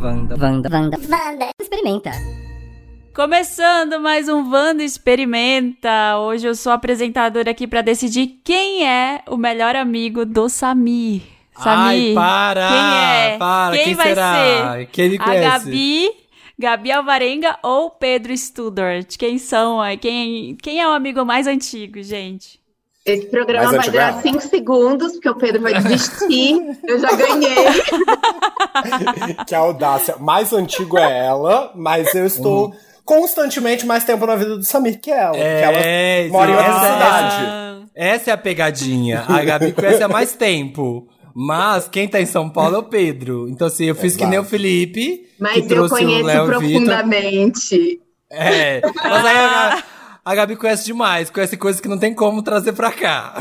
Wanda, Wanda, Wanda, Wanda. Experimenta. Começando mais um Wanda Experimenta. Hoje eu sou apresentadora aqui pra decidir quem é o melhor amigo do Samir. Ai, Samir, para! quem é? Para, Quem quem, vai será? Quem ele a conhece? Gabi, Gabi Alvarenga ou Pedro Studart? Quem são? aí? Quem, quem é o amigo mais antigo, gente? Esse programa Mas vai antigamente- durar 5 segundos, porque o Pedro vai desistir. Eu já ganhei. Que audácia. Mais antigo é ela, mas eu estou constantemente mais tempo na vida do Samir que ela. Porque Uhum. É, ela mora em outra essa- cidade. Essa é a pegadinha. A Gabi conhece há mais tempo. Mas quem tá em São Paulo é o Pedro. Então, assim, eu fiz que nem o Felipe. Mas que eu trouxe o conheço Léo Vitor. profundamente. É. Mas aí a, a Gabi conhece demais, conhece coisas que não tem como trazer pra cá.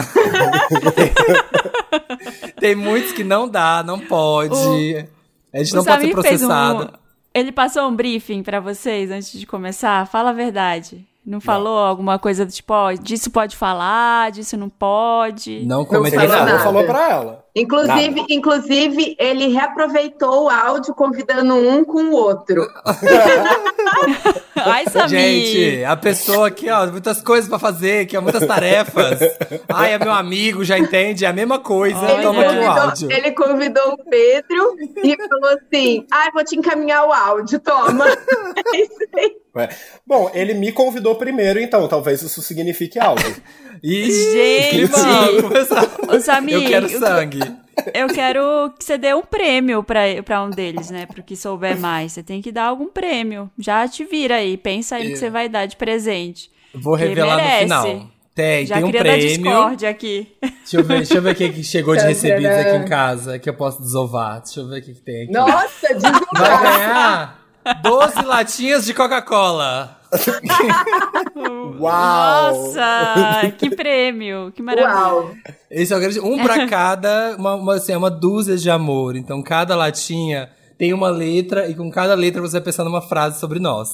tem muitos que não dá, não pode. a gente O não pode ser Samir fez um- processado. Ele passou um briefing pra vocês antes de começar? Fala a verdade. Não falou alguma coisa do tipo, ó, disso pode falar, disso não pode? Não cometer falou nada. Não nada. falou pra ela. Inclusive, inclusive, ele reaproveitou o áudio convidando um com o outro. Ai, Samir! Gente, a pessoa aqui, ó, muitas coisas pra fazer, aqui, ó, muitas tarefas. Ai, é meu amigo, já entende, é a mesma coisa. Olha. Toma aqui o áudio. convidou, ele convidou o Pedro e falou assim: ai, vou te encaminhar o áudio, toma. É isso aí. É. Bom, ele me convidou primeiro, então talvez isso signifique algo. Ih, Gente! vamos começar. Ô, Samir, eu quero o que- sangue. Eu quero que você dê um prêmio pra, pra um deles, né? Pro que souber mais. Você tem que dar algum prêmio. Já te vira aí. Pensa aí no que você vai dar de presente. Vou Ele revelar no merece. final. Tem, Já tem um cria da prêmio. Discord aqui. Deixa eu ver, deixa eu ver o que, que chegou de Tcharam. recebidos né? aqui em casa, que eu posso desovar. Deixa eu ver o que, que tem aqui. Nossa, Vai desculpa. ganhar 12 latinhas de Coca-Cola. Uau! Nossa! Que prêmio! Que maravilha! Uau. Esse é o grande. Um pra cada, uma, uma, assim, uma dúzia de amor. Então, cada latinha tem uma letra, e com cada letra você vai pensar numa frase sobre nós.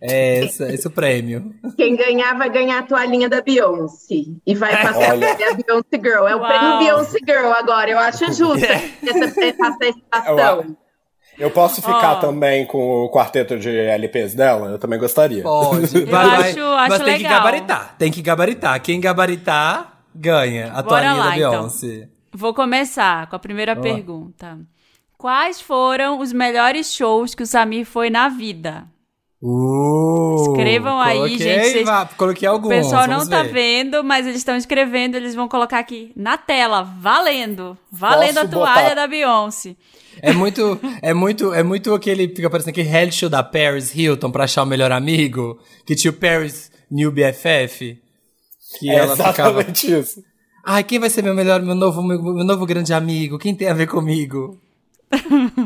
É essa- esse é o prêmio. Quem ganhar vai ganhar a toalhinha da Beyoncé. E vai É. passar Olha. a Beyoncé Girl. É o Uau. prêmio Beyoncé Girl agora. Eu acho justo É. essa, essa estação. Eu posso ficar Ó. também com o quarteto de LPs dela? Eu também gostaria. Pode. acho- acho mas tem que legal. gabaritar. Tem que gabaritar. Quem gabaritar, ganha. A Bora toalhinha lá, da então. Beyoncé. Vou começar com a primeira Boa. pergunta. Quais foram os melhores shows que o Samir foi na vida? Uh, Escrevam aí, coloquei gente, vocês- va- Coloquei O alguns. pessoal não vamos tá ver. vendo, mas eles estão escrevendo, eles vão colocar aqui na tela, valendo. Valendo Posso a toalha botar? da Beyoncé. É muito, é muito, é muito aquele, fica parecendo aquele reality show da Paris Hilton pra achar o melhor amigo, que tinha o Paris New BFF, que É ela ficava, exatamente isso. ai, quem vai ser meu melhor, meu novo, meu, meu novo grande amigo, quem tem a ver comigo?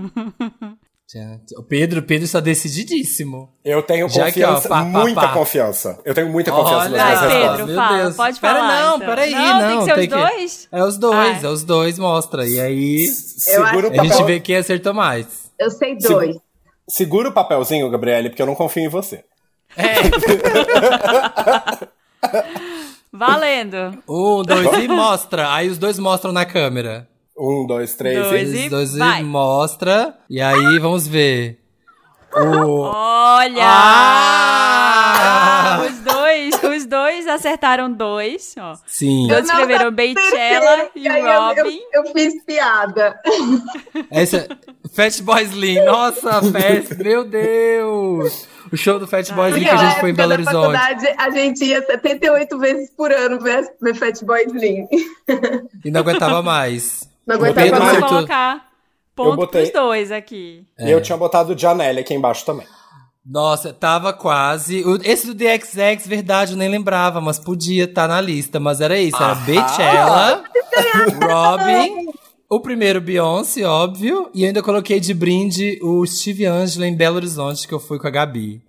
Tchan, tchan. o Pedro, o Pedro está decididíssimo. Eu tenho Já que, ó, confiança, pá, pá, muita pá. confiança. Eu tenho muita confiança Olha, nas minhas Vai, respostas. Pedro, fala, pode Pera, falar, não, então. peraí, Não, tem que ser os dois? É os dois, Ah. é os dois, mostra, e aí Segura acho o, que a gente papel, vê quem acertou mais. Eu sei dois. segura o papelzinho, Gabriele, porque eu não confio em você. Valendo. Um, dois e mostra. Aí os dois mostram na câmera. Um, dois, três Dois. e... Os e dois vai. e mostra. E aí vamos ver. O... Olha! Ah! Os dois, os dois acertaram dois, ó. Sim. Dois Eu não escreveram tava Beychella e terceira, aí eu- Robin. Eu, eu fiz piada. Essa... é Fat Boy Slim. Nossa, Fat. Meu Deus. O show do Tá. Fat Boy Slim que a Na é gente foi em época Belo da Horizonte. faculdade, a gente ia 78 vezes por ano ver, ver Fatboy Slim. E não aguentava mais. Não Vou aguentava Pedro Vamos mais. acertou. colocar ponto botei- pros dois aqui. E eu tinha botado Janelle aqui embaixo também. Nossa, tava quase. O- Esse do DXX, verdade, eu nem lembrava, mas podia estar na lista. Mas era isso: era Beychella, Robin, o primeiro Beyoncé, óbvio. E ainda coloquei de brinde o Steve Angelo em Belo Horizonte, que eu fui com a Gabi.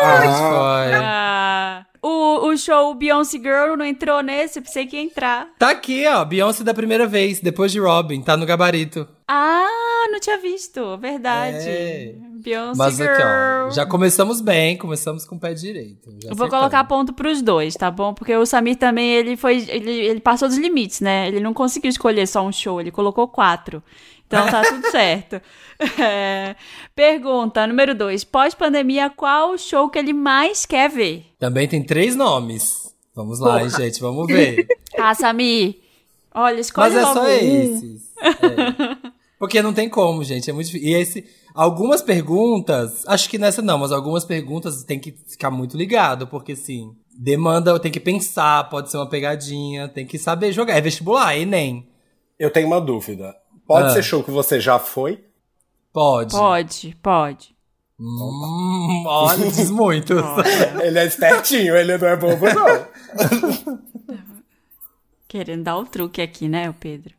Ah, Foi. Ah, o, o show Beyoncé Girl não entrou nesse, pensei que ia entrar. Tá aqui, ó, Beyoncé da primeira vez, depois de Robin, tá no gabarito. Ah, não tinha visto, verdade. É. Beyoncé Mas aqui, ó, Girl. já começamos bem, começamos com o pé direito. já Eu vou acertamos. colocar ponto pros dois, tá bom? Porque o Samir também, ele foi. Ele, ele passou dos limites, né? Ele não conseguiu escolher só um show, ele colocou quatro. Então tá tudo certo. É. Pergunta número dois. Pós-pandemia, qual o show que ele mais quer ver? Também tem três nomes. Vamos lá, hein, gente, vamos ver. Ah, Samir. Olha, escolhe Mas é logo só um. esses. É. Porque não tem como, gente, é muito difícil. E esse, algumas perguntas, acho que nessa não, mas algumas perguntas tem que ficar muito ligado, porque assim, demanda, tem que pensar, pode ser uma pegadinha, tem que saber jogar. É vestibular, Enem. Eu tenho uma dúvida. Pode Ah. ser show que você já foi? Pode. Pode, pode. Hum, olha, diz muito. Olha, Ele é espertinho, ele não é bobo, não. querendo dar o truque aqui, né, o Pedro?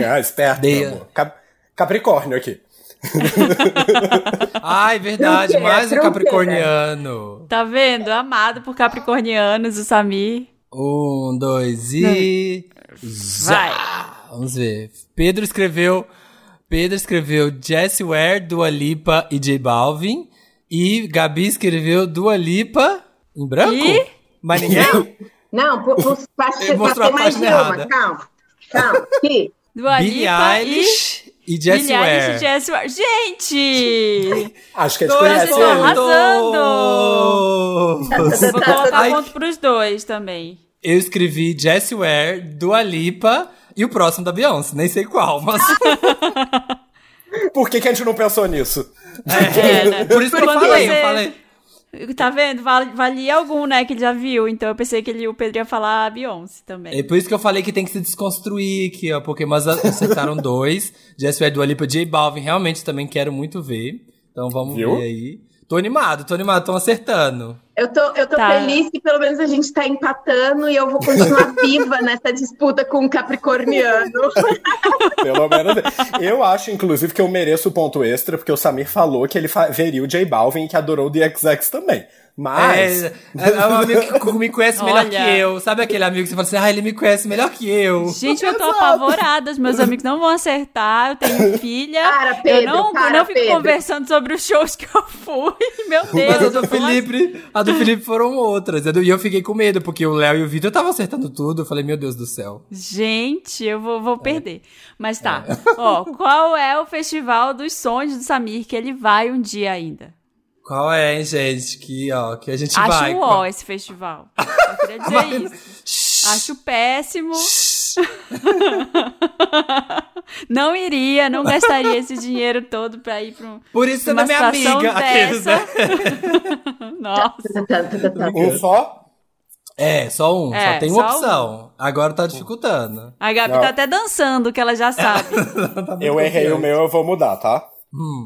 é, esperto, Dei- amor. Cap- Capricórnio aqui. Ai, verdade, Truqueira, mais um truqueira. capricorniano. Tá vendo? Amado por capricornianos, o Samir. Um, dois e. Vai. Já! Vamos ver. Pedro escreveu. Pedro escreveu Jesse Ware, Dua Lipa e J Balvin. E Gabi escreveu Dua Lipa em branco? E? Mas ninguém? Não, por, por, pra, Ele pra mostrou ter a mais de página errada. uma, calma. Calma, aqui. Dua Billie Lipa e... Eilish e, Jesse Milhares Ware. de Jess Ware. Gente! Acho que a gente Dois conhece estão ele. arrasando. pontos! Vou colocar Ai. ponto pros dois também. Eu escrevi Jesse Ware, Dua Lipa e o próximo da Beyoncé. Nem sei qual, mas... Por que, que a gente não pensou nisso? É, né? Por isso que eu Quando falei, você- eu falei... Tá vendo? Val- Valia algum, né? Que ele já viu. Então eu pensei que ele, o Pedro ia falar a Beyoncé também. É por isso que eu falei que tem que se desconstruir aqui, ó. Porque mas acertaram dois. Jesse Ware, Dua Lipa, J Balvin. Realmente também quero muito ver. Então vamos Viu? ver aí. Tô animado, tô animado. Tão acertando. Eu tô, eu tô Tá. feliz que pelo menos a gente tá empatando e eu vou continuar viva nessa disputa com o Capricorniano. Tá, Pelo menos. Eu acho, inclusive, que eu mereço o ponto extra, porque o Samir falou que ele fa- veria o J Balvin e que adorou o DXX também. Mas. É, é, é um amigo que co- me conhece melhor Olha. que eu. Sabe aquele amigo que você fala assim, ah, ele me conhece melhor que eu. Gente, eu tô apavorada. Os meus amigos não vão acertar. Eu tenho filha. Para, eu Pedro, não, para, não fico Pedro. conversando sobre os shows que eu fui. Meu Deus. Mas a do eu tô lascada. Felipe, a do Felipe foram outras. E eu fiquei com medo, porque o Léo e o Vitor estavam acertando tudo. Eu falei, meu Deus do céu. Gente, eu vou, É. vou perder. Mas tá. Ó, qual é o festival dos sonhos do Samir que ele vai um dia ainda? Qual é, hein, gente? Que, ó, que a gente Acho vai. um ó esse festival. Eu queria dizer Mas- isso. Acho péssimo. não iria, não gastaria esse dinheiro todo pra ir pra um. Por isso você não uma é minha situação amiga. Aqueles, né? dessa. Nossa. tá, Um só? É, só um. É, só tem uma só opção. Agora tá dificultando. Tá A Gabi Não. tá até dançando, que ela já sabe. Eu errei o meu, eu vou mudar, tá?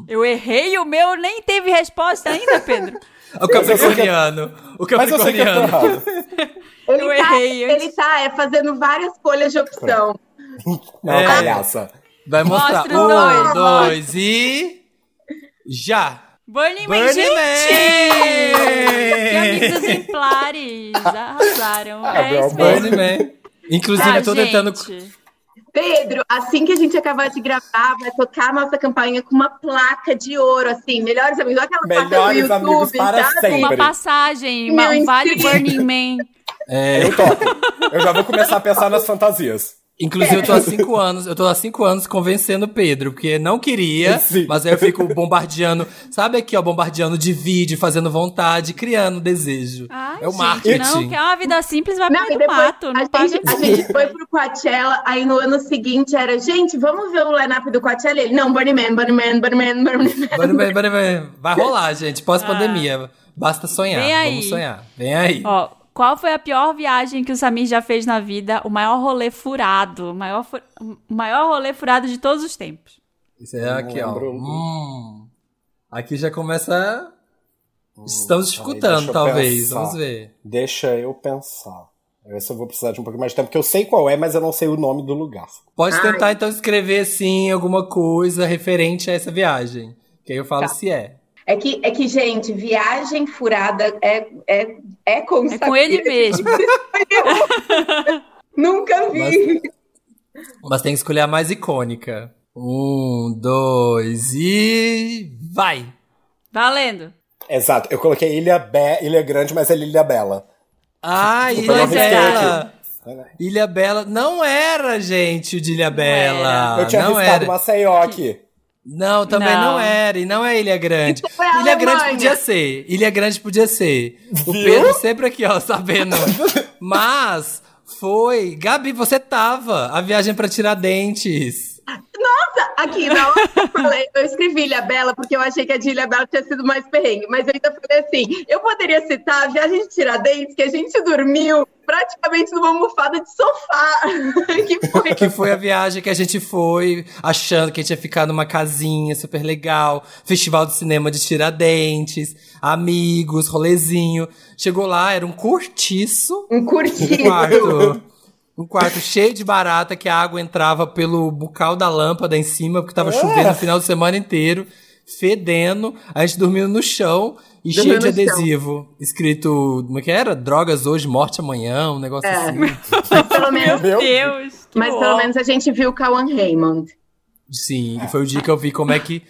Eu errei o meu, nem teve resposta ainda, Pedro. O Capricorniano. O Mas eu sei que eu tô Capricorniano. errado. Ele, Eu tá, errei antes. ele tá é, fazendo várias folhas de opção. Não, É. palhaça. Vai mostrar. Mostra os um, dois, dois e. Já! Burning Man, Burning gente! Man! Que amigos exemplares, arrasaram. é meu isso amor. mesmo. Burning Man. Inclusive, Tá, eu tô gente. tentando. Pedro, assim que a gente acabar de gravar, vai tocar a nossa campainha com uma placa de ouro, assim, melhores amigos, igual aquela placa do Melhores amigos YouTube, para sabe? sempre. Uma passagem, uma, Meu um vale inscrito. Burning Man. É, Eu topo. Eu já vou começar a pensar nas fantasias. inclusive, eu tô há cinco anos. Eu tô há cinco anos convencendo o Pedro, porque não queria, Sim. mas aí eu fico bombardeando. Sabe aqui, ó, bombardeando de vídeo, fazendo vontade, criando desejo. Ai, é o gente, marketing. Não, quer uma vida simples, vai Não, para e o depois Tá mato. Não a, gente, paga a nada. gente foi pro Coachella, aí no ano seguinte era, gente, vamos ver o line-up do Coachella? Ele, não, Burning Man, Burning Man, Burning Man, Burning Man. Bora, bora, bora, bora. Vai rolar, gente. Pós-pandemia. Basta sonhar. Ah. Vem aí. Vamos sonhar. Vem aí. Ó, qual foi a pior viagem que o Samir já fez na vida? O maior rolê furado. O maior, fu- o maior rolê furado de todos os tempos. Isso é aqui, ó. lembro. Hum. Aqui já começa. Estamos Hum, deixa dificultando, eu talvez. pensar. Vamos ver. Deixa eu pensar. Eu só vou precisar de um pouquinho mais de tempo, porque eu sei qual é, mas eu não sei o nome do lugar. Ah. Pode Ai. tentar, então, escrever, sim, alguma coisa referente a essa viagem. Que aí eu Tá. falo se é. É que, é que, gente, viagem furada é, é, é com É com ele mesmo. Nunca vi. Mas tem que escolher a mais icônica. Um, dois e. Vai! Valendo. Exato. Eu coloquei Ilha, Be Ilha Grande, mas é Ilha Bela. Ah, Ilha Pois é. Bela. Ilha Bela. Não era, gente, o de Ilha Bela. eu tinha Ah, não arriscado era. uma Maceió aqui. Não, também não. Não. era. E não é Ilha Grande. Então é a Ilha Grande Alemanha. podia ser. Ilha Grande podia ser. O Viu? Pedro sempre aqui, ó, sabendo. Mas foi. Gabi, você tava. A viagem pra Tiradentes. Nossa, aqui, na hora que eu falei, eu escrevi Ilha Bela, porque eu achei que a de Ilha Bela tinha sido mais perrengue. Mas eu ainda falei assim: eu poderia citar a viagem de Tiradentes, que a gente dormiu praticamente numa almofada de sofá. que foi. Que foi a viagem que a gente foi achando que a gente ia ficar numa casinha super legal. Festival de cinema de Tiradentes. Amigos, rolezinho. Chegou lá, era um cortiço. Um Um curtido. quarto. Um quarto cheio de barata que a água entrava pelo bucal da lâmpada em cima, porque tava É. chovendo o Ah. final de semana inteiro, fedendo. A gente dormindo no chão e cheio Dormiu de no chão. adesivo. Escrito, como é que era? Drogas hoje, morte amanhã, um negócio É. assim. Mas pelo menos, Meu Meu Deus. que mas pelo uó. menos a gente viu o Cauan Raymond. Sim, e foi o dia que eu vi como é que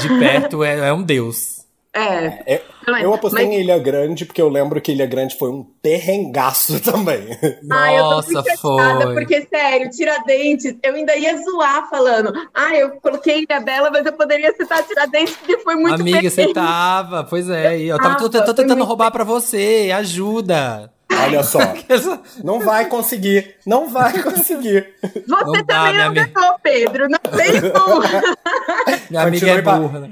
de perto é, é um deus. É. É, pelo menos. Eu apostei Mas- em Ilha Grande, porque eu lembro que Ilha Grande foi um perrengaço também. Ai, eu tô Nossa, muito chateada, foi. porque, sério, Tiradentes, eu ainda ia zoar falando. Ah, eu coloquei Ilha Bela, mas eu poderia citar Tiradentes, porque foi é muito Amiga, você perrengue. tava, pois é. e Eu tava, tô, tô Tava, foi tentando muito roubar pra você, ajuda. Olha só. Não vai conseguir. Não vai conseguir. Você Não dá, também minha não amiga. ganhou, Pedro. Não tem como. Minha amiga Continue é pra- burra, né?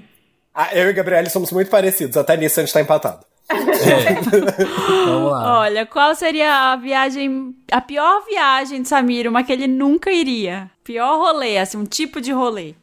Ah, eu e a Gabriele somos muito parecidos. Até nisso a gente tá empatado. É. Vamos lá. Olha, qual seria a viagem, a pior viagem de Samir, uma que ele nunca iria? Pior rolê, assim, um tipo de rolê.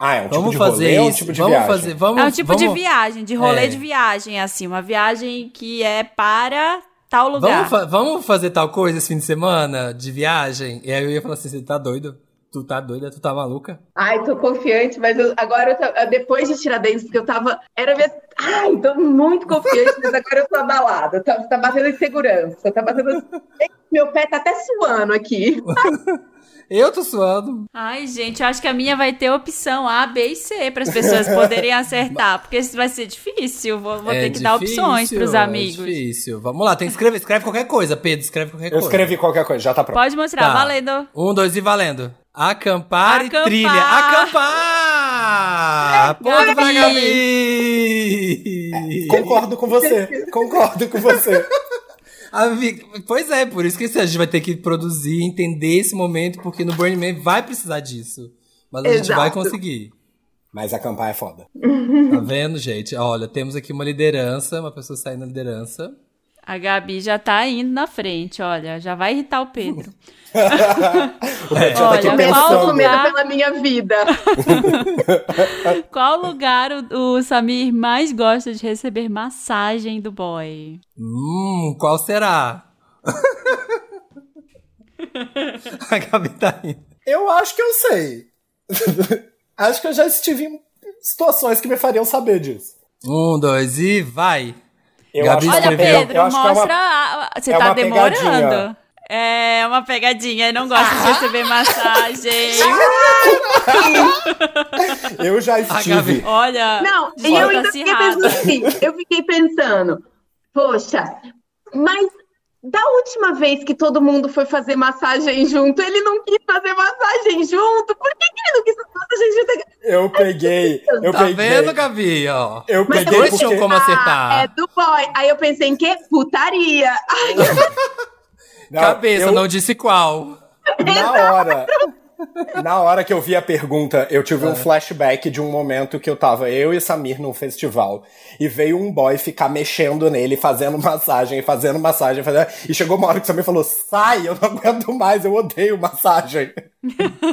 Ah, é um Vamos tipo de fazer rolê ou isso. um tipo de vamos viagem? fazer, vamos. É um tipo de vamos, viagem, de rolê É. de viagem, assim, uma viagem que é para tal lugar. Vamos, fa- vamos fazer tal coisa esse fim de semana de viagem? E aí eu ia falar assim: você tá doido? Tu tá doida? Tu tá maluca? Ai, tô confiante, mas eu- agora eu tô, depois de Tiradentes, porque eu tava. Era minha. Ai, tô muito confiante, mas agora eu tô abalada. Tá, tá batendo insegurança. Tá batendo. Meu pé tá até suando aqui. Eu tô suando. Ai, gente, eu acho que a minha vai ter opção A, B e C para as pessoas poderem acertar, porque isso vai ser difícil. Vou, vou É ter que dar difícil, opções para os é amigos. difícil. Vamos lá, tem que escrever. Escreve qualquer coisa, Pedro. Escreve qualquer Eu coisa. escrevi qualquer coisa, já tá pronto. Pode mostrar, Tá. valendo. Um, dois e valendo. Acampar, e Acampar. trilha. Acampar! Ponto pra Gabi. Gabi! Concordo com você. Concordo com você. Amiga, pois é, por isso que a gente vai ter que produzir, entender esse momento, porque no Burning Man vai precisar disso. Mas a gente Exato. vai conseguir. Mas acampar é foda. Tá vendo, gente? Olha, temos aqui uma liderança, uma pessoa saindo da liderança. A Gabi já tá indo na frente, olha, já vai irritar o Pedro. O Pedro já tá Olha, aqui Eu tô com pensando. medo lugar? pela minha vida. Qual lugar o, o Samir mais gosta de receber massagem do boy? Hum, qual será? a Gabi tá indo. Eu acho que eu sei. acho que eu já estive em situações que me fariam saber disso. Um, dois e vai! Eu Gabi acho que Olha, escreveu. eu- Pedro, eu acho que é uma- mostra. a- a- Você é tá uma demorando. pegadinha. É uma pegadinha, ele não gosta Ah. de receber massagem. Eu já A Gabi- estive. Olha, Não, e disputa eu ainda fiquei acirrada. pensando assim, eu fiquei pensando, poxa, mas da última vez que todo mundo foi fazer massagem junto, ele não quis fazer massagem junto? Por que, que ele não quis fazer massagem junto? Eu peguei. Eu Tá peguei. vendo, Gabi? Ó. Eu Mas peguei Dois eu porque... tinham como Ah, acertar. é do boy. Aí eu pensei em quê? Putaria. Não, Cabeça, eu- não disse qual. Na hora. Na hora que eu vi a pergunta, eu tive É. um flashback de um momento que eu tava eu e Samir num festival e veio um boy ficar mexendo nele, fazendo massagem, fazendo massagem, fazendo... e chegou uma hora que o Samir falou: "Sai, eu não aguento mais, eu odeio massagem".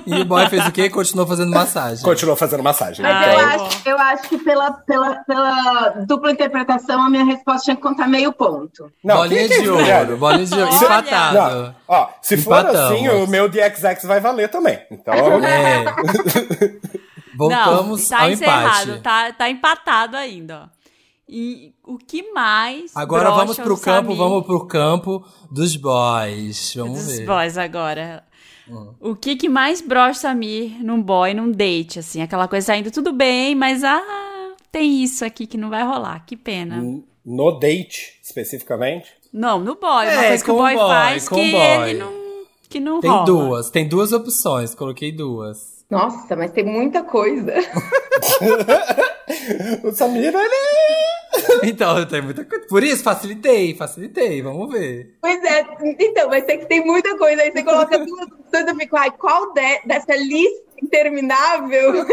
E o boy fez o quê? Continuou fazendo massagem. Continuou fazendo massagem. Mas Ah, eu, é. acho, eu acho que pela, pela, pela dupla interpretação, a minha resposta tinha que contar meio ponto. bolinha que- é que- de ouro, bolinha de ouro. Olha. Empatado. Não, ó, se for Empatamos. assim, o meu DXX vai valer também. Então, É. Não, Voltamos tá ao encerrado, empate. Tá, tá empatado ainda, ó. E o que mais? Agora brocha vamos pro o campo, Samir? vamos pro campo dos boys. Vamos dos ver. Hum. boys agora. O que que mais brocha o Samir num boy, num date, assim? Aquela coisa saindo tudo bem, mas ah, tem isso aqui que não vai rolar, que pena. Hum. No date, especificamente? Não, no boy, uma É, coisa que o com boy, boy, faz com que boy. ele não, que não Tem rola. duas, tem duas opções, coloquei duas. Nossa, mas tem muita coisa. O Samir, ele... Então, tem muita coisa. Por isso, facilitei, facilitei, vamos ver. Pois é, então, mas tem que tem muita coisa. Aí você coloca duas opções, eu fico, ai, qual de- dessa lista interminável?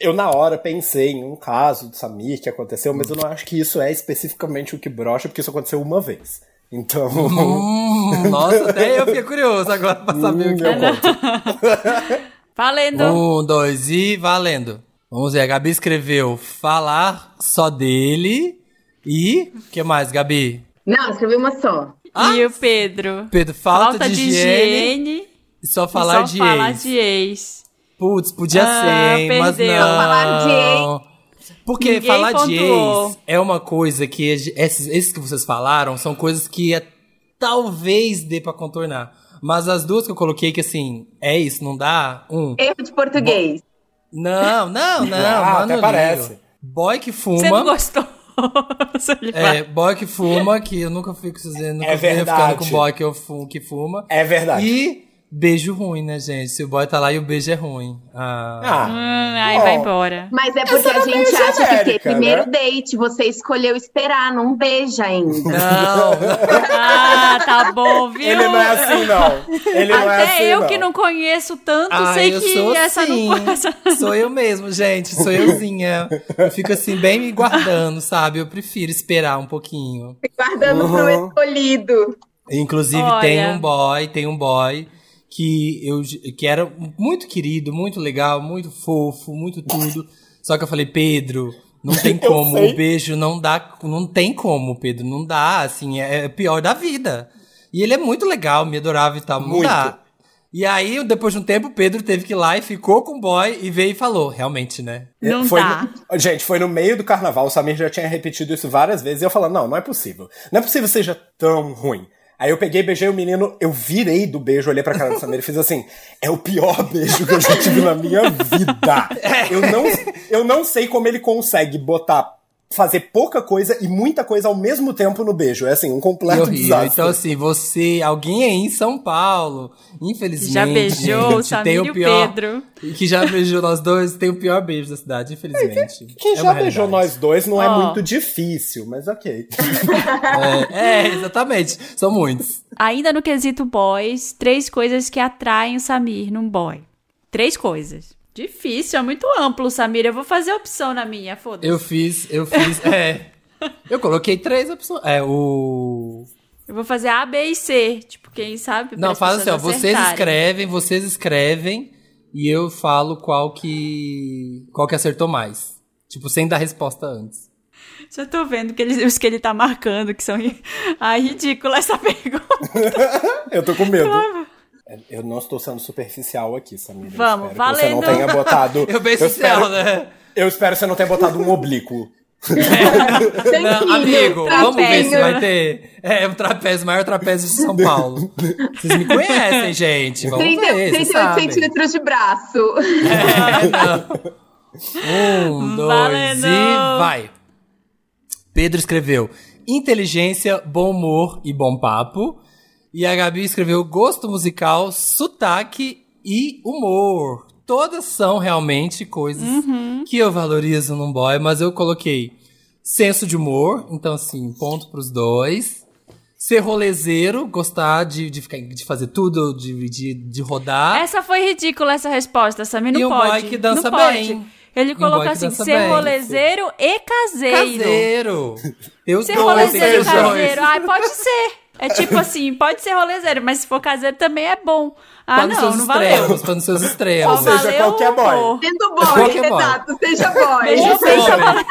Eu, na hora, pensei em um caso do Samir que aconteceu, mas eu não acho que isso é especificamente o que brocha, porque isso aconteceu uma vez. Então... Hum, nossa, até eu fiquei curioso agora pra saber o que eu é. conto. Valendo. Um, dois e valendo. Vamos ver, a Gabi escreveu falar só dele e... O que mais, Gabi? Não, escrevi uma só. Ah, E o Pedro? Pedro, falta, de, higiene e só falar só de falar ex. de ex. Putz, podia Ah, ser, hein? mas perdeu. não. Falar de Porque Ninguém falar pontuou. de ex é uma coisa que a ge- esses, esses que vocês falaram são coisas que é- talvez dê pra contornar. Mas as duas que eu coloquei que assim, é isso, não dá? Um. Erro de português. Não, não, não, Ah, mano, até eu parece. ligo. Boy que Você não fuma. gostou? Só de falar. É, boy que fuma, que eu nunca fico dizendo, nunca É fico ficando verdade. com boy que, eu fumo, que fuma. É verdade. E beijo ruim, né, gente? Se o boy tá lá e o beijo é ruim. Ah. Ah, Hum, aí Ó. vai embora. Mas é porque era a gente meio acha que tem genérica, primeiro né? date, você escolheu esperar, não beija ainda. Não, não. Ah, tá bom, viu? ele não é assim, não. Ele não é Até assim, eu não. que não conheço tanto, Ah, sei eu que sou essa assim. não passa. Sou eu mesmo, gente. Sou euzinha. Eu fico assim, bem me guardando, sabe? Eu prefiro esperar um pouquinho. Guardando pro Uhum. escolhido. Inclusive, Olha. tem um boy, tem um boy que eu que era muito querido, muito legal, muito fofo, muito tudo. Só que eu falei, Pedro, não tem Eu como. sei. O beijo não dá. Não tem como, Pedro. Não dá, assim, é, é pior da vida. E ele é muito legal, me adorava e tal. Não Muito. dá. E aí, depois de um tempo, o Pedro teve que ir lá e ficou com o boy e veio e falou, realmente, né? Não É, Foi dá. no- Gente, foi no meio do carnaval, o Samir já tinha repetido isso várias vezes, e eu falando, não, não é possível. Não é possível que seja tão ruim. Aí eu peguei, beijei o menino, eu virei do beijo, olhei pra cara do Samir e fiz assim, é o pior beijo que eu já tive na minha vida. É. Eu não, eu não sei como ele consegue botar, fazer pouca coisa e muita coisa ao mesmo tempo no beijo. É assim, um E completo horrível. desastre. Então, assim, você, alguém aí em São Paulo, infelizmente. Já beijou o gente, tem Samir e o pior, Pedro. Que já beijou nós dois, tem o pior beijo da cidade, infelizmente. Quem É já uma beijou realidade. nós dois não é Ó. muito difícil, mas ok. É, é, exatamente. São muitos. Ainda no quesito boys, três coisas que atraem o Samir num boy. Três coisas. Difícil, é muito amplo, Samir. Eu vou fazer opção na minha, foda-se. Eu fiz, eu fiz. é. Eu coloquei três opções. É, o. Eu vou fazer A, B e C. Tipo, quem sabe. Não, pras faz assim, ó. pessoas Vocês acertarem. escrevem, vocês escrevem e eu falo qual que. qual que acertou mais. Tipo, sem dar resposta antes. Já tô vendo que ele, os que ele tá marcando, que são. ri- Ai, ridícula essa pergunta. Eu tô com medo. Eu não estou sendo superficial aqui, Samir. Eu Vamos, espero que você não valendo. tenha botado. Eu bem espero, sincero, né? Eu espero que você não tenha botado um oblíquo. Tranquilo, Não, amigo, vamos ver se trapézio. vai ter. É, um trapézio, maior trapézio de São Paulo. Vocês me conhecem, gente. Vamos 30, ver, 38 vocês sabem. centímetros de braço. Um, dois Valendo! e vai. Pedro escreveu inteligência, bom humor e bom papo. E a Gabi escreveu gosto musical, sotaque e humor. Todas são realmente coisas Uhum. que eu valorizo num boy, mas eu coloquei senso de humor, então assim, ponto pros dois. Ser rolezeiro, gostar de, de, ficar, de fazer tudo, de, de, de rodar. Essa foi ridícula, essa resposta, Samir. Ah. Não E um pode. boy que dança não pode. bem. Ele Um colocou boy que assim: dança ser bem. rolezeiro e caseiro. Caseiro. Eu Ser dou rolezeiro e seja. caseiro. Ai, pode ser. É tipo assim, pode ser rolezeiro, mas se for caseiro também é bom. Ah, Tá nos não, seus não extremos, valeu. tá nos seus Só extremos. Ou seja, valeu qualquer o boy. humor. Sendo boy, É Qualquer boy. exato, seja boy. Beijou bem, Sendo só homem. valeu.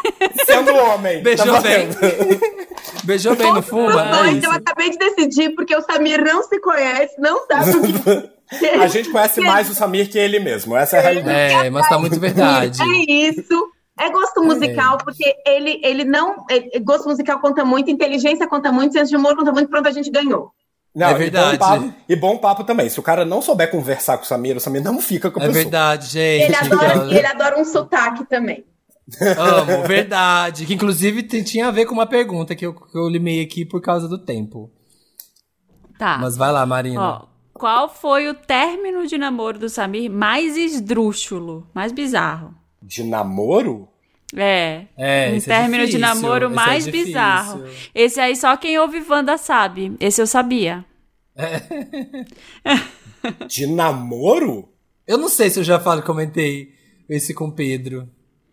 Sendo um homem. Beijou tá bem. valendo. Beijou bem no Os fuma? É dois, então eu isso. acabei de decidir, porque o Samir não se conhece, não sabe o que. A gente conhece mais o Samir que ele mesmo. Essa é a realidade. É, mas tá muito verdade. É isso. É gosto musical, porque ele, ele não. ele- gosto musical conta muito, inteligência conta muito, senso de humor conta muito, pronto, a gente ganhou. Não, É e bom verdade. papo- E bom, papo, também. Se o cara não souber conversar com o Samir, o Samir não fica com a É pessoa. verdade, gente. Então, Ele adora, ele adora um sotaque também. Amo, verdade. Que inclusive t- tinha a ver com uma pergunta que eu, que eu limei aqui por causa do tempo. Tá. Mas vai lá, Marina. Ó, qual foi o término de namoro do Samir mais esdrúxulo, mais bizarro? De namoro? É. É, um esse é término de difícil, namoro esse é mais difícil. bizarro. Esse aí só quem ouve Wanda sabe. Esse eu sabia. De namoro? Eu não sei se eu já falo, comentei esse com o Pedro.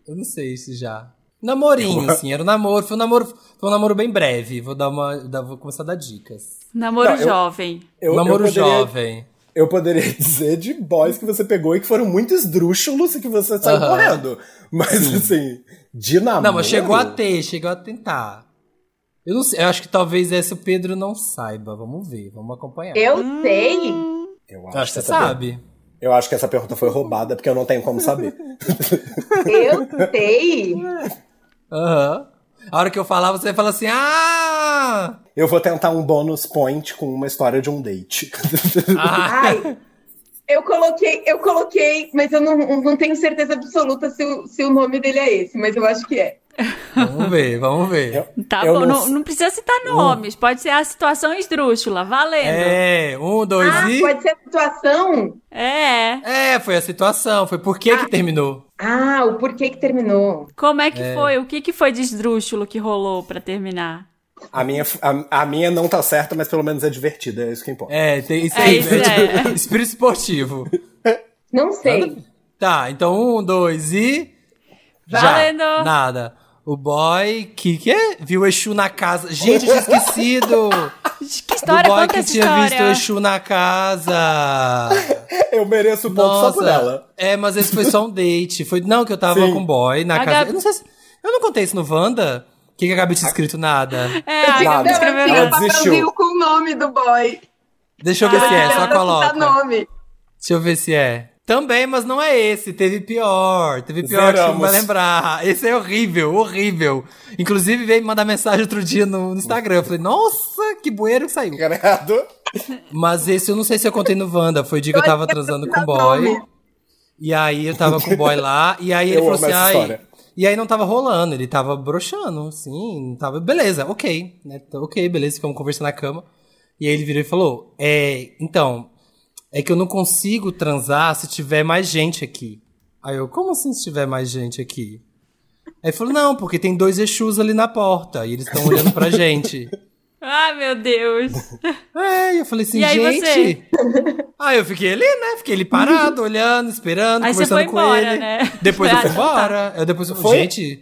Eu não sei se já. Namorinho, assim, era um namoro, foi um namoro, foi um namoro bem breve. Vou dar uma, dar- vou começar a dar dicas. Namoro Não, eu- jovem. namoro poderia- jovem. Eu poderia dizer de boys que você pegou e que foram muito esdrúxulos e que você saiu Aham. correndo. Mas assim, de namoro. Não, mas chegou a ter, chegou a tentar. Eu não sei, eu acho que talvez essa o Pedro não saiba. Vamos ver, vamos acompanhar. Eu sei. Eu Eu acho que você essa per- sabe. Eu acho que essa pergunta foi roubada, porque eu não tenho como saber. Eu sei. Aham. A hora que eu falar, você fala assim, ah! Eu vou tentar um bônus point com uma história de um date. ah! Ai. Eu coloquei, eu coloquei, mas eu não, não tenho certeza absoluta se o, se o nome dele é esse, mas eu acho que é. Vamos ver, vamos ver. Eu- Tá eu bom, não não, s- não precisa citar nomes. Pode ser a situação esdrúxula. Valendo. É, um, dois Ah, e. pode ser a situação? É. É, foi a situação, foi por que que terminou. Ah, o porquê que terminou. Como é que foi? O que, que foi de esdrúxulo que rolou pra terminar? A minha, a, a minha não tá certa, mas pelo menos é divertida, é isso que importa. É, tem isso É, aí, isso né? é. Tipo, espírito esportivo. Não sei. Tá, então um, dois e. Já. Valendo. Nada. O boy que, que é? viu o Exu na casa. Gente, eu tinha esquecido! Que Do história? boy Conta que essa tinha visto o história. Exu na casa. Eu mereço um ponto só por ela. É, mas esse foi só um date. Foi, não, que eu tava Sim. com um boy na A casa. Gabi- Eu não sei se. Eu não contei isso no Wanda? O que, que a Gabi tinha escrito? Nada. É, a Gabi Nada. não Não, escreveu eu tenho um nada. Ela desistiu. papelzinho com o nome do boy. Deixa eu ver Ah. se é, só Ela não tá coloca. nome. Deixa eu ver se é. Também, mas não é esse. Teve pior. Teve pior que você não Zeramos. vai lembrar. Esse é horrível, horrível. Inclusive, veio me mandar mensagem outro dia no, no Instagram. Eu falei, nossa, que bueiro que saiu. Credo. Mas esse eu não sei se eu contei no Wanda. Foi o dia que eu tava transando com o boy. E aí eu tava com o boy lá, e aí ele Eu falou amo assim, essa ai. história. E aí não tava rolando, ele tava broxando, assim, não tava. Beleza, ok, né? tá Ok, beleza, ficamos conversando na cama. E aí ele virou e falou: É, então, é que eu não consigo transar se tiver mais gente aqui. Aí eu, como assim se tiver mais gente aqui? Aí ele falou, não, porque tem dois Exus ali na porta, e eles estão olhando pra gente. Ah, meu Deus. É, e eu falei assim, E aí gente. você? Aí eu fiquei ali, né? Fiquei ali parado, olhando, esperando, Aí você conversando foi com embora, ele. né? Depois eu Ah, fui tá. embora. Eu depois eu Foi? falei, gente.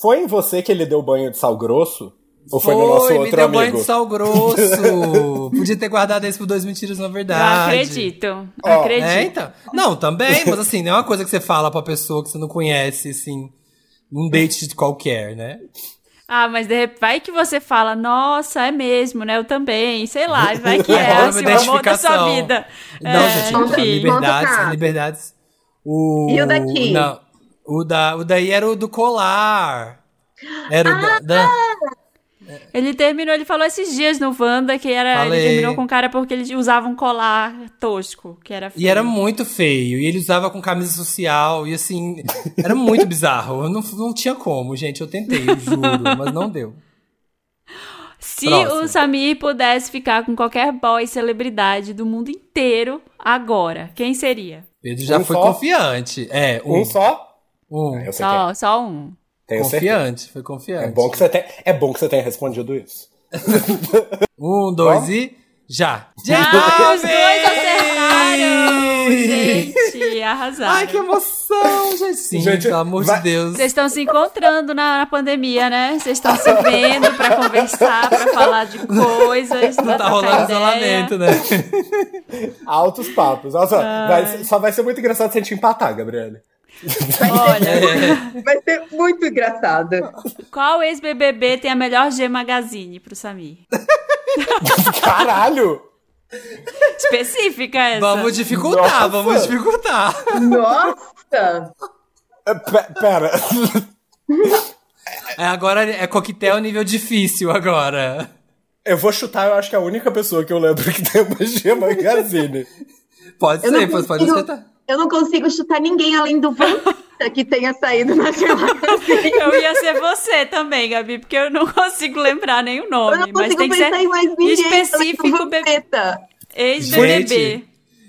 Foi em você que ele deu banho de sal grosso? Ou foi, no nosso me outro deu amigo? banho de sal grosso. Podia ter guardado esse por dois mentiras na verdade. Não acredito. Ó, acredito. É, então. Não, também, mas assim, não é uma coisa que você fala pra pessoa que você não conhece, assim, num date qualquer, né? Ah, mas de repente vai que você fala, nossa, é mesmo, né? Eu também, sei lá, e vai que é Rola uma assim, o amor da sua identificação. vida. Não, É, gente, a Conta- enfim. liberdades, conta o a liberdades. O, E o daqui? Não, o, da, o daí era o do colar. Era o da, da- Ele terminou, ele falou esses dias no Wanda que era. Falei. Ele terminou com o cara porque ele usava um colar tosco, que era E feio. era muito feio. E ele usava com camisa social. E assim, era muito bizarro. Eu não, não tinha como, gente. Eu tentei, eu juro, mas não deu. Se Próximo. o Samir pudesse ficar com qualquer boy celebridade do mundo inteiro agora, quem seria? Pedro já Um foi só? confiante. É, um. Um só? um. Eu sei Só, só um. quem é. Tenho certeza. Confiante, foi confiante. É bom, que você tenha, é bom que você tenha respondido isso. Um, dois Bom. e. Já! Ah, os dois Parabéns! acertaram! Gente, arrasaram. Ai, que emoção, gente. Sim, Gente, pelo amor vai- de Deus. Vocês estão se encontrando na, na pandemia, né? Vocês estão se vendo pra conversar, pra falar de coisas. pra Não tá trocar rolando ideia. isolamento, né? Altos papos. Olha só, vai- só vai ser muito engraçado se a gente empatar, Gabriele. tá É. Olha, Vai ser muito engraçado. qual ex-BBB tem a melhor G Magazine pro Samir? Caralho! Específica essa. Vamos dificultar, Nossa. vamos dificultar. Nossa! É, pe- Pera. É, agora é coquetel nível difícil agora. Eu vou chutar, eu acho que é a única pessoa que eu lembro que tem uma G Magazine. Pode Eu não ser, pode, pode consigo- acertar. Eu não consigo chutar ninguém além do Vampeta que tenha saído na assim. Gelassi. Eu ia ser você também, Gabi, porque eu não consigo lembrar nem o Eu nome. não mas consigo tem que pensar ser em mais ninguém. além específico do bebê. Vampeta. Ex-BBB.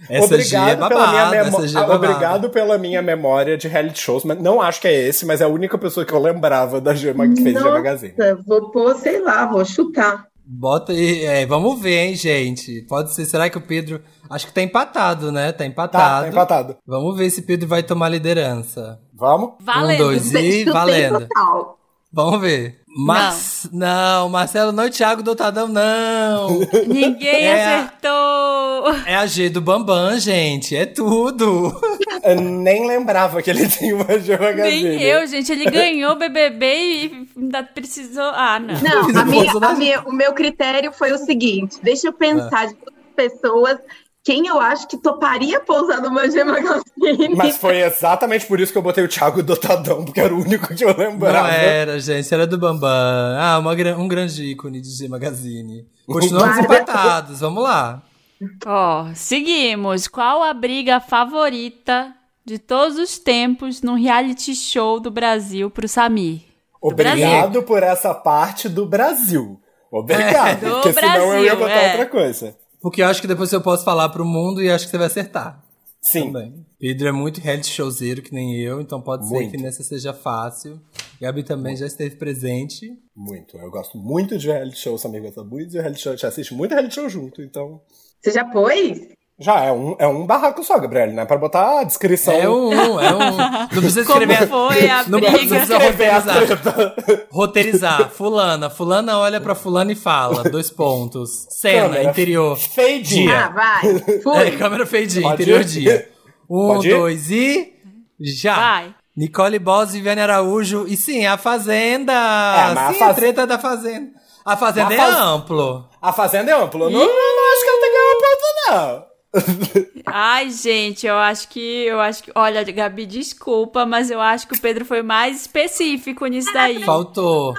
Essa G é babada, memó- Ah, essa G é babada. Obrigado pela minha memória de reality shows, mas não acho que é esse, mas é a única pessoa que eu lembrava da Gema que fez G Magazine. Tá, Nossa, vou pôr, sei lá, vou chutar. Bota aí, é, vamos ver, hein, gente. Pode ser, será que o Pedro... Acho que tá empatado, né? Tá Tá, empatado. tá empatado. Vamos ver se o Pedro vai tomar liderança. Vamos? Valendo. Um, dois e Chutei valendo. total. Vamos ver. Mas, não, Marcelo não, Thiago Dotadão não. Ninguém É a- acertou. é a G do Bambam, gente. É tudo. Eu nem lembrava que ele tinha uma G Magazine. Nem eu, gente. Ele ganhou o BBB e ainda precisou. Ah, não. Não, a Não, minha, Bolsonaro. a minha- o meu critério foi o seguinte: deixa eu Ah. pensar de todas as pessoas quem eu acho que toparia pousar numa Gema Gazine. Mas foi exatamente por isso que eu botei o Thiago Dotadão, porque era o único que eu lembrava. Não é era, gente, era do Bambam. Ah, uma gran- um grande ícone de G Magazine. Um Continuamos Guarda. empatados, vamos lá. Ó, seguimos. Qual a briga favorita de todos os tempos num reality show do Brasil pro Samir? Obrigado por essa parte do Brasil. Obrigado, É. Do porque senão eu ia Brasil, botar é. outra coisa. Porque eu acho que depois eu posso falar pro mundo e acho que você vai acertar. Sim. Também. Pedro é muito reality showzeiro, que nem eu, então pode ser Muito. que nessa seja fácil. Gabi também já esteve presente. Muito. Eu gosto muito de reality show, Samir Tabuiz, e reality show, a gente assiste muito reality show junto, então. Você já pôs? Já é um, é um barraco só, Gabriel, não é pra botar a descrição. É um, é um. Não precisa Como escrever. foi a não briga? precisa roteirizar. Roteirizar. Fulana. Fulana olha pra fulana e fala. Dois pontos. Cena, Câmera. interior. Fade. Dia. Ah, vai. É, Fui. câmera fade-in, Pode interior ir? dia. Um, Pode ir? dois e. Já! Vai. Nicole Boss, Viviane Araújo e sim, a Fazenda! É, mas sim, a a, Faz- treta da Fazenda. A Fazenda A é Faz- amplo. A Fazenda é ampla. Eu Não, eu não acho que ela tem que ganhar uma ponta, não. Ai, gente, eu acho que. Eu acho que. Olha, Gabi, desculpa, mas eu acho que o Pedro foi mais específico nisso daí. Faltou.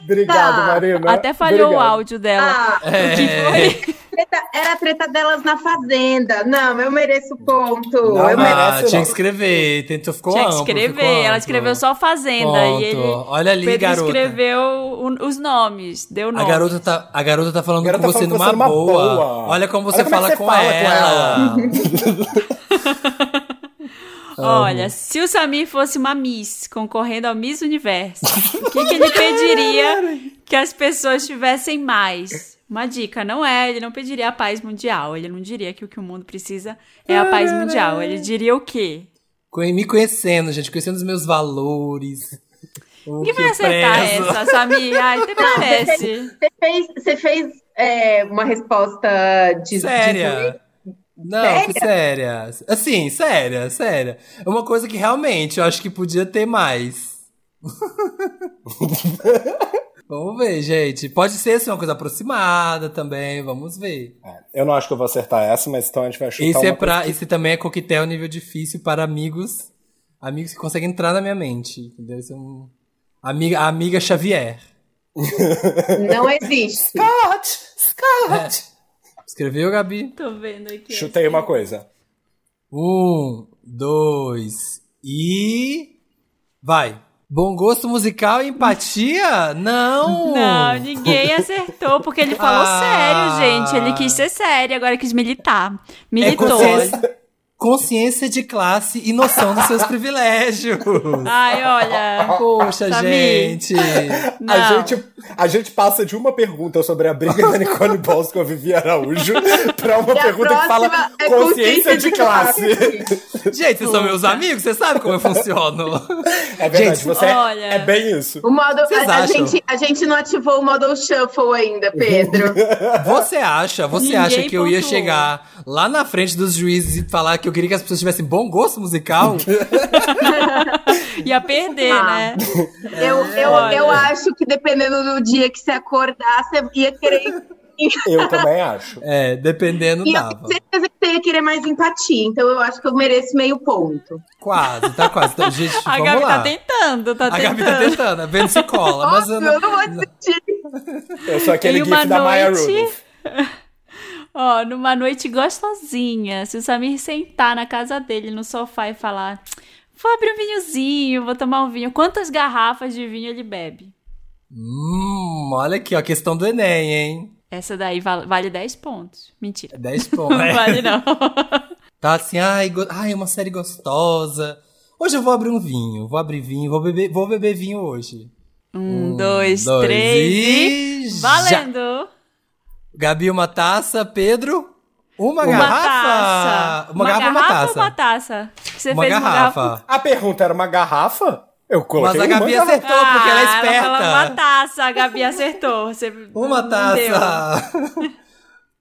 Obrigado, Tá. Marina. Até falhou o Obrigado. áudio dela. Ah, É. treta- era a treta delas na fazenda. Não, eu mereço ponto. Não, mas- eu mereço. Ah, merece, tinha não. que escrever. Tentou, ficou Tinha que amplo. escrever. ficou Ela amplo. escreveu só Fazenda. Ponto. E ele. Olha ali, Pedro garota. escreveu o- os nomes. Deu A nome. garota, tá, a garota tá falando A garota com você falando com numa você numa boa. boa. Olha como você Olha como é fala, que você com, fala com ela. Olha, se o Samir fosse uma Miss concorrendo ao Miss Universo, o que, que ele pediria que as pessoas tivessem mais? Uma dica, não é, ele não pediria a paz mundial. Ele não diria que o que o mundo precisa é a paz mundial. Ele diria o quê? Conhe- Me conhecendo, gente, conhecendo os meus valores. O Quem que vai eu acertar prezo. essa, Samir? Ai, até parece. Você fez, você fez é, uma resposta Tipo, de. de- Séria. Não, séria? séria. Assim, séria, séria. É uma coisa que realmente eu acho que podia ter mais. vamos ver, gente. Pode ser assim, uma coisa aproximada também, vamos ver. É, Eu não acho que eu vou acertar essa, mas então a gente vai chutar Esse, uma é pra, esse também é coquetel nível difícil para amigos. Amigos que conseguem entrar na minha mente. Entendeu? Esse é um- Amiga, amiga Xavier. Não existe. Scott! Scott! É. Escreveu, Gabi? Tô vendo aqui. assim. Chutei uma coisa. Um, dois e. Vai! Bom gosto musical e empatia? Não! Não, ninguém acertou, porque ele falou Uh. Ah. sério, gente. Ele quis ser sério, agora quis militar. É Militou. consciência, consciência de classe e noção dos seus privilégios! Ai, olha. Poxa, Samir. gente! A Não. gente, a gente passa de uma pergunta sobre a briga da Nicole Boss com a Vivi Araújo pra uma E a pergunta que fala próxima é consciência de classe. Gente, vocês são meus amigos, vocês sabem como eu funciono! É verdade, Gente, você é- olha. é bem isso. O modo, Vocês a, a acham? gente, a gente não ativou o modo shuffle ainda, Pedro. Você acha, você Ninguém acha que eu ia pontuou. chegar lá na frente dos juízes e falar que eu queria que as pessoas tivessem bom gosto musical? Ia perder, Ah. né? Eu, eu, eu acho que dependendo do dia que você acordar, você ia querer. Eu também acho. é, dependendo E eu dava. tenho certeza que você ia querer mais empatia. Então eu acho que eu mereço meio ponto. Quase, tá quase. Então, gente, A vamos Gabi lá. tá tentando, tá a Gabi tentando. tá tentando, vendo se cola. Mas eu Óbvio, não... eu não vou desistir. Eu sou aquele Em gif uma da Maya noite- Rudolph. Ó, numa noite gostosinha, se o Samir sentar na casa dele, no sofá e falar: Vou abrir um vinhozinho, vou tomar um vinho. Quantas garrafas de vinho ele bebe? Hum, olha aqui, ó, a questão do Enem, hein? Essa daí vale, vale 10 pontos. Mentira. 10 pontos. Não né? vale, não. Tá assim, ai, go- ai, uma série gostosa. Hoje eu vou abrir um vinho, vou abrir vinho, vou beber, vou beber vinho hoje. Um, dois, dois três e. e já. Valendo! Gabi, uma taça, Pedro, uma, Uma garrafa. taça. Uma, garrafa, uma taça. ou uma taça? Você Uma fez garrafa. uma garrafa. A pergunta era uma garrafa? Eu coloquei Mas a uma Gabi garrafa. acertou, porque ela é Ah, esperta. falou uma taça, a Gabi acertou. Você Uma não deu. taça.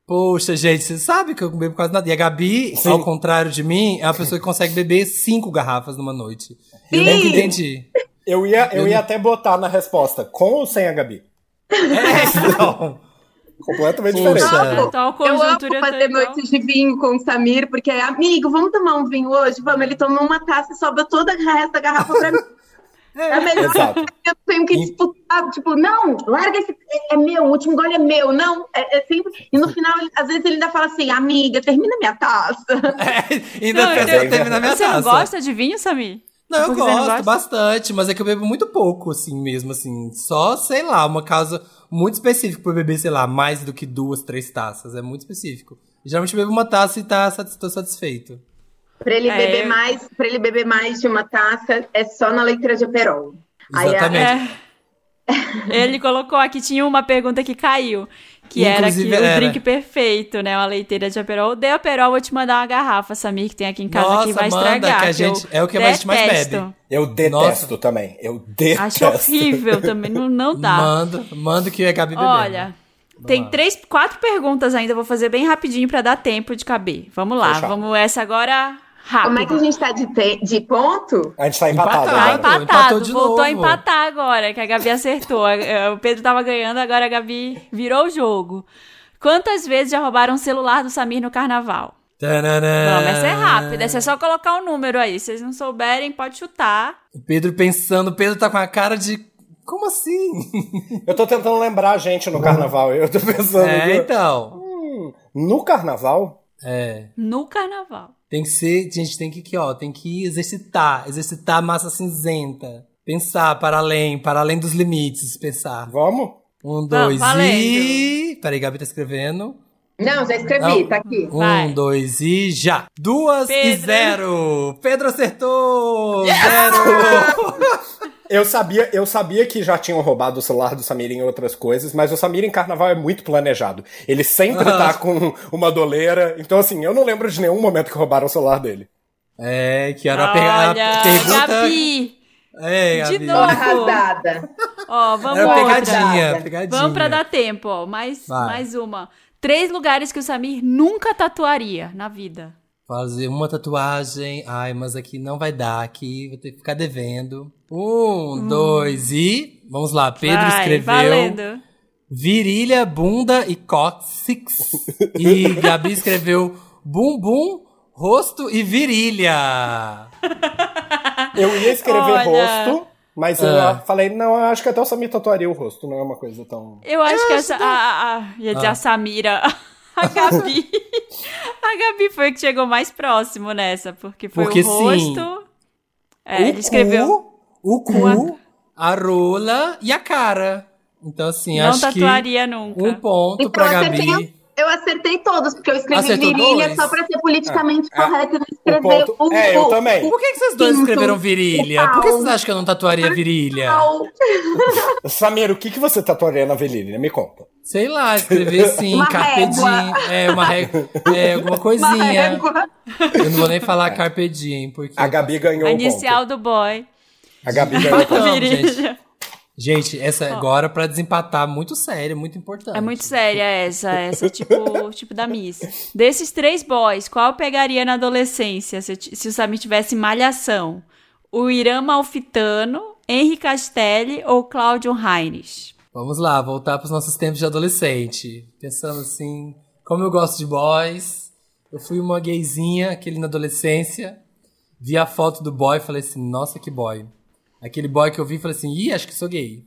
Poxa, gente, você sabe que eu bebo quase nada. E a Gabi, Sim. ao contrário de mim, é uma pessoa que consegue beber cinco garrafas numa noite. Eu nunca Sim. entendi. Eu ia, eu ia até botar na resposta, com ou sem a Gabi? É, não. Completamente Puxa. diferente. Nossa. Atual Eu amo então conjuntura tá fazer igual. noites de vinho com o Samir, porque é amigo, vamos tomar um vinho hoje? Vamos, ele tomou uma taça e sobra toda o resto da garrafa pra mim. É a melhor Exato. eu tenho que disputar, tipo, não, larga esse, é, é meu, o último gole é meu, não, é, é sempre, e no final, ele- às vezes ele ainda fala assim, amiga, termina minha taça. É, ainda Não, não, eu- eu terminar minha Você taça. não gosta de vinho, Samir? Não, eu Porque você não gosto gosta? bastante, mas é que eu bebo muito pouco, assim mesmo, assim. Só, sei lá, uma causa muito específica pra eu beber, sei lá, mais do que duas, três taças. É muito específico. Geralmente eu bebo uma taça e tá, satis- tô satisfeito. Pra ele É, beber eu- mais, para ele beber mais de uma taça, é só na letra de Aperol. Aí, Exatamente. É. Ele colocou aqui, tinha uma pergunta que caiu, que era que Inclusive, o era. drink perfeito, né? Uma leiteira de aperol. Dê aperol, vou te mandar uma garrafa, Samir, que tem aqui em casa Nossa, que vai manda, estragar. que a gente- é o que a gente mais bebe. detesto. Eu detesto também. Eu detesto. Acho horrível também, não, não dá. Manda, manda o que a Gabi bebeu. Então tá. Olha, tem lá. três, quatro perguntas ainda, vou fazer bem rapidinho pra dar tempo de caber. Vamos lá, Fechado. vamos essa agora rápido. como é que a gente tá de, te- de ponto? A gente tá empatado Empatado. Tá agora. então empatado, empatou de voltou a novo. empatar agora, que a Gabi acertou. A- eh, O Pedro tava ganhando, agora a Gabi virou o jogo. Quantas vezes já roubaram o celular do Samir no carnaval? Tananã. Não, essa é rápida, essa é só colocar o número aí. Se vocês não souberem, pode chutar. O Pedro pensando, o Pedro tá com a cara de. Como assim? Eu tô tentando lembrar a gente no carnaval. Eu tô pensando. É, no- então. No carnaval? É. No carnaval. Tem que ser. Gente, tem que, que, ó, tem que exercitar. Exercitar a massa cinzenta. Pensar para além, para além dos limites. Pensar. Vamos? Um, Vamos, dois e. Peraí, Gabi tá escrevendo. Não, já escrevi, Não. tá aqui. Um, Vai. dois e já. Duas e Pedro. zero. Pedro acertou! Zero! Eu sabia, eu sabia que já tinham roubado o celular do Samir em outras coisas, mas o Samir em carnaval é muito planejado. Ele sempre tá Ah. com uma doleira. Então, assim, eu não lembro de nenhum momento que roubaram o celular dele. é, que era a, per- a Olha, pergunta. Gabi! É, De Gabi. Tô novo. arrasada. Ó, vamos Era outra. pegadinha, pegadinha. Vamos pra dar tempo, ó. Mais, Vai. mais uma. Três lugares que o Samir nunca tatuaria na vida. Fazer uma tatuagem. Ai, mas aqui não vai dar. Aqui vou ter que ficar devendo. Um, dois e. Vamos lá, Pedro Hum. Vai, escreveu. Valendo. Virilha, bunda e cóccix. E Gabi escreveu bumbum, rosto e virilha. Eu ia escrever Olha. rosto, mas eu Ah. falei, não, eu acho que até o Samir tatuaria o rosto, não é uma coisa tão. Eu acho que essa. A, a, a- ia Ah. dizer a Samira. A Gabi. a Gabi foi a que chegou mais próximo nessa, porque foi Porque o rosto. sim. É, o ele escreveu. Cu, o cu, a rola e a cara. Então, assim, Não acho tatuaria que. Um nunca. ponto Então, pra acertei Gabi. um- Eu acertei todos, porque eu escrevi Acertou virilha dois? só pra ser politicamente Ah, ah, correto e não O escrever ponto... o. É, eu o- também. Por que, que vocês dois Pinto. escreveram virilha? Por que vocês acham que eu não tatuaria virilha? o- Samir, o que, que você tatuaria na virilha? Me conta. Sei lá, escrever sim, Uma carpedinho. É, uma régua. É, alguma uma coisinha. régua. Eu não vou nem falar carpedinho, porque. A Gabi ganhou A o inicial do boy. ponto. A Gabi ganhou o ponto. Então, Virilha. Gente, essa agora pra desempatar, muito sério, muito importante. É muito séria essa, essa é tipo, tipo da Miss. Desses três boys, qual eu pegaria na adolescência se, eu ti- se o Samir tivesse malhação? O Irã Malfitano, Henri Castelli ou Cláudio Reines? Vamos lá, voltar pros nossos tempos de adolescente. Pensando assim, como eu gosto de boys, eu fui uma gayzinha, aquele na adolescência, vi a foto do boy e falei assim, nossa, que boy. Aquele boy que eu vi, falei assim, ih, acho que sou gay.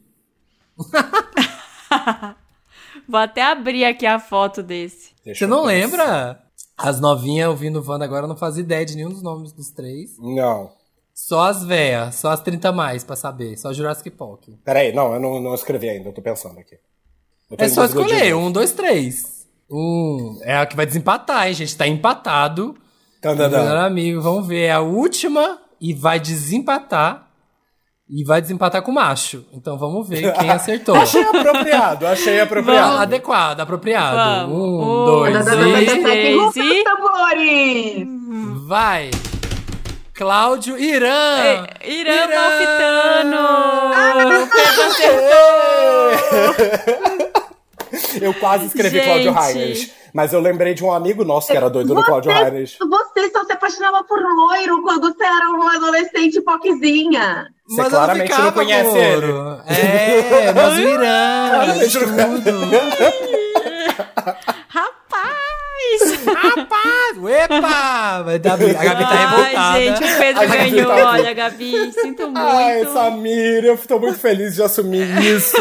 Vou até abrir aqui a foto desse. Deixa Você eu não pensar. lembra? As novinhas ouvindo Wanda agora não fazem ideia de nenhum dos nomes dos três. Não. Só as véias, só as 30 mais pra saber. Só Jurassic Park. Peraí, não, eu não, não escrevi ainda, eu tô pensando aqui. Eu tô É em só dúvida de escolher. novo. Um, dois, três. Um. É a que vai desempatar, hein, gente? Tá empatado. Tan, tan, tan. Melhor amigo, vamos ver. É a última e vai desempatar. E vai desempatar com o macho. Então vamos ver quem acertou. Achei apropriado, achei Vamos. apropriado. Adequado, apropriado. Vamos. Um, Um, dois dois, e... três, e- Os tambores! Vai! Cláudio Irã! Ah, É, Irã Malfitano! Eu quase escrevi Cláudio Gente. Heinrich, mas eu lembrei de um amigo nosso que era doido no Cláudio Heinrich. Você só se apaixonava por loiro quando você era uma adolescente poquezinha. Você claramente não conhece louro. É, mas o Irã! Claramente não- Rapaz! Rapaz! Epa! Vai dar briga. A Gabi tá revoltada. Ai, gente, o Pedro A Gabi ganhou. tá revoltada. Olha, Gabi, sinto muito. Ai, Samir, eu tô muito feliz de assumir isso.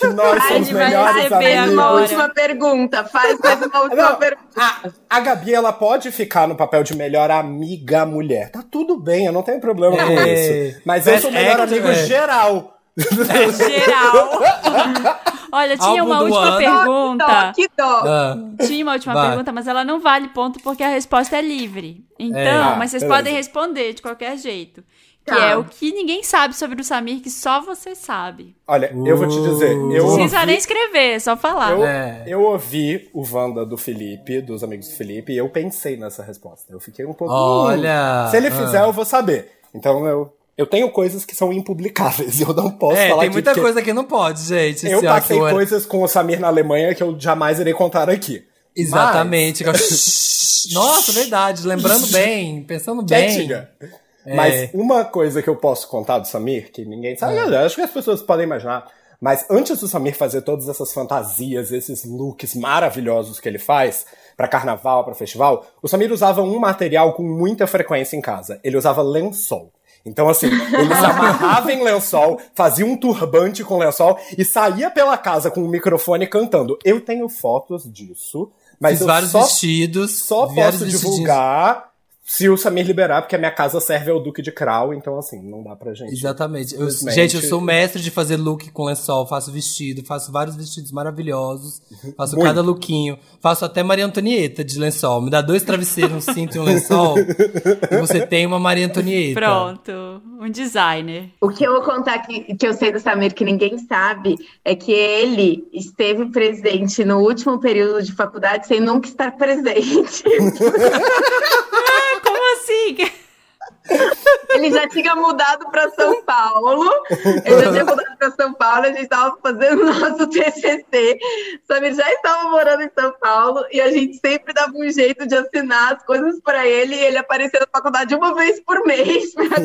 Que nós Ai, somos ele vai melhores receber amigos. Uma Agora. última pergunta. Faz mais uma última Não, pergunta. a, Ah, a Gabi, ela pode ficar no papel de melhor amiga mulher. Tá tudo bem, eu não tenho problema com É. isso. Mas eu Best sou o melhor actor, amigo é. geral. Geral. Olha, tinha Álbum uma do última ano. pergunta. Que dó, que dó. Ah. Tinha uma última Vai. pergunta, mas ela não vale ponto porque a resposta é livre. Então, Ah, mas vocês beleza. podem responder de qualquer jeito. Que Tá. é o que ninguém sabe sobre o Samir, que só você sabe. Olha, eu vou te dizer. Eu Não Ouvi. precisa nem escrever, é só falar. Eu, Uh. É. eu ouvi o Wanda do Felipe, dos amigos do Felipe, e eu pensei nessa resposta. Eu fiquei um pouco. Olha! "Hum, se ele fizer, Ah. eu vou saber. Então eu, eu tenho coisas que são impublicáveis, eu não posso É, falar tem aqui, muita porque coisa que não pode, gente. Eu assim, ó, passei que eu- coisas com o Samir na Alemanha que eu jamais irei contar aqui. Exatamente. que eu- Nossa, verdade. Lembrando bem, pensando bem. É. Quietinha. Mas uma coisa que eu posso contar do Samir, que ninguém sabe, Ah. eu acho que as pessoas podem imaginar. Mas antes do Samir fazer todas essas fantasias, esses looks maravilhosos que ele faz pra carnaval, pra festival, o Samir usava um material com muita frequência em casa. Ele usava lençol. Então, assim, ele se amarrava em lençol, fazia um turbante com lençol e saía pela casa com o microfone cantando. Eu tenho fotos disso, mas Fiz eu vários só vestidos. só vários posso vestidinhos. divulgar se o Samir liberar, porque a minha casa serve ao Duque de Krau, então assim, não dá pra gente. Exatamente. Eu- Simplesmente. gente, eu sou mestre de fazer look com lençol, faço vestido, faço vários vestidos maravilhosos, faço Muito. cada lookinho, faço até Maria Antonieta de lençol. Me dá dois travesseiros, um cinto e um lençol, e você tem uma Maria Antonieta. Pronto, um designer. O que eu vou contar que, que eu sei do Samir que ninguém sabe é que ele esteve presente no último período de faculdade sem nunca estar presente. Como assim? Ele já tinha mudado para São Paulo. Ele já tinha mudado para São Paulo. A gente estava fazendo nosso TCC. Samir já estava morando em São Paulo e a gente sempre dava um jeito de assinar as coisas para ele. E ele aparecia na faculdade uma vez por mês para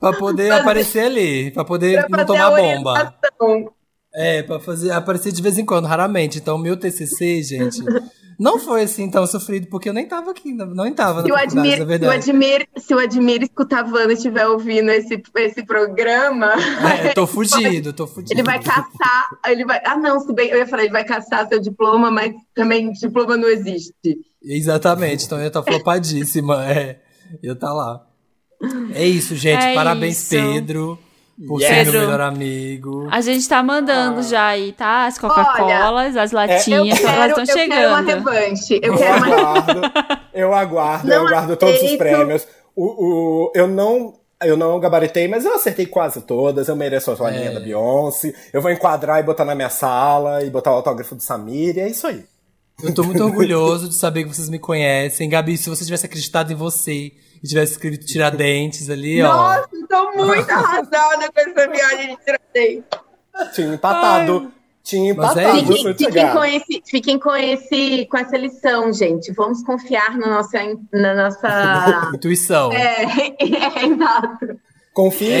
Pra poder aparecer ali, pra poder não fazer tomar a bomba. orientação. É, pra fazer, aparecer de vez em quando, raramente. Então, o meu TCC, gente, não foi assim tão sofrido, porque eu nem tava aqui, não tava na Se o faculdade, Admir, na se o verdade. Admir, se o Admir escutar Vanda e estiver ouvindo esse, esse programa, É, eu tô fudido, tô fudido. ele vai tá. caçar. Ele vai, ah, não, se bem, eu ia falar, ele vai caçar seu diploma, mas também diploma não existe. Exatamente, então eu tá flopadíssima, é. Eu tá lá. É isso, gente. É Parabéns, isso. Pedro, por Yes. ser meu Pedro. melhor amigo. A gente tá mandando já aí, tá? As Coca-Colas, as latinhas, elas estão eu Ah. quero chegando. uma revanche. Eu Eu quero uma aguardo, eu aguardo, eu Não aguardo todos os aceito. prêmios. O, o- eu não. Eu não gabaritei, mas eu acertei quase todas. Eu mereço a joaninha É. da Beyoncé. Eu vou enquadrar e botar na minha sala e botar o autógrafo do Samir. E é isso aí. Eu tô muito orgulhoso de saber que vocês me conhecem. Gabi, se você tivesse acreditado em você e tivesse escrito Tiradentes ali, ó. Nossa, tô muito arrasada com essa viagem de tiroteio. Tinha empatado. Tinha Mas empatado. é isso. no Fiquem, fiquem Tigar. com, esse, fiquem com, esse, com essa lição, gente. Vamos confiar no nosso, na nossa. Intuição. É, é, exato. Confia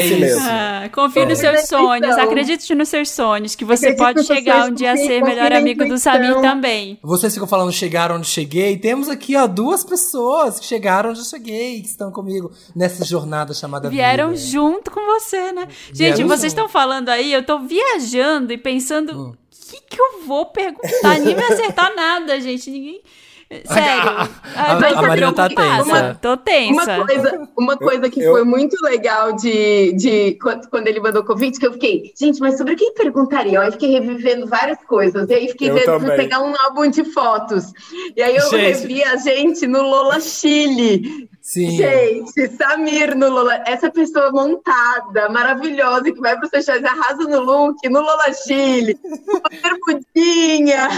É em si isso. mesmo. Ah, confie nos É. seus sonhos, Então. acredite nos seus sonhos, que você Acredite pode nos seus chegar um sonhos, dia a confie- ser confie melhor na amigo do intuição. Samir também. Vocês ficam falando chegar onde cheguei. Temos aqui, ó, duas pessoas que chegaram onde eu cheguei, que estão comigo nessa jornada chamada Vieram vida. junto com você, né? Gente, Vieram vocês junto. Hum. estão falando aí, eu tô viajando e pensando. que que eu vou perguntar? Nem me acertar nada, gente. Ninguém. Sério. A- Ai, a tô Marina tá preocupada. tensa. Tô tensa. Uma coisa, uma coisa que eu- foi muito legal de, de quando, quando ele mandou o convite, que eu fiquei, gente, mas sobre o que perguntariam? Aí fiquei revivendo várias coisas. E aí fiquei Eu tentando também. pegar um álbum de fotos. E aí eu Gente. revi a gente no Lola Chile. Sim. Gente, Samir no Lola. Essa pessoa montada, maravilhosa, que vai para os festivais, arrasa no look, no Lola Chile. Uma bermudinha.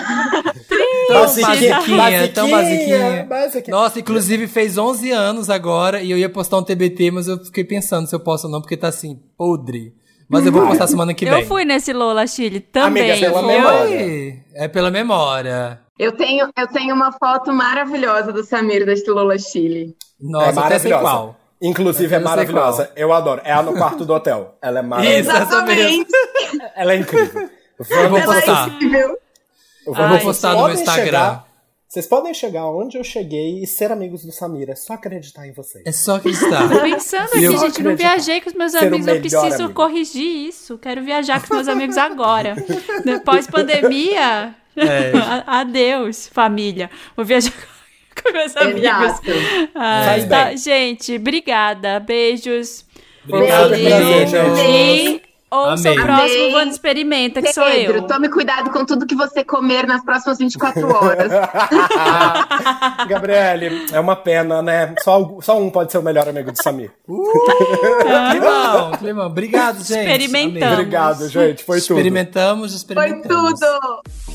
Tão Basiquinha, basiquinha, tão basiquinha. basiquinha. Nossa, inclusive fez 11 anos agora e eu ia postar um TBT, mas eu fiquei pensando se eu posso ou não, porque tá assim, podre. Mas eu vou postar semana que vem. Eu fui nesse Lola Chile também. é Amiga, pela viu? memória. Oi! É pela memória. Eu tenho, eu tenho uma foto maravilhosa do Samir da Estilola Chile. Nossa, é até sei maravilhosa. qual. Inclusive, é Eu sei maravilhosa. Eu adoro. É a no quarto do hotel. Ela é Isso, maravilhosa. essa mesmo. Ela é incrível. Eu vou Ela postar. é incrível. Eu Ai, vou postar no meu Vocês podem Instagram. chegar- vocês podem chegar onde eu cheguei e ser amigos do Samir. É só acreditar em vocês. É só acreditar. Tô pensando aqui, Eu- gente, não viajei com os meus Ser o amigos, eu melhor preciso amigo. corrigir isso. Quero viajar com os meus amigos agora. Né, Pós-pandemia, É. a- adeus, família. Vou viajar com- com meus amigos. Exato. Ah, Faz tá. bem. Gente, obrigada. Beijos. Obrigado, Beijo, prazer, beijo. gente. E ouça o Amei. próximo Amei. Vanda Experimenta, que sou Pedro, eu. tome cuidado com tudo que você comer nas próximas 24 horas. Gabriele, é uma pena, né? Só, algu- só um pode ser o melhor amigo do Samir. Tá Climão, Climão. Obrigado, gente. Experimentamos. Amei. Obrigado, gente. Foi tudo. Experimentamos, Foi experimentamos. tudo.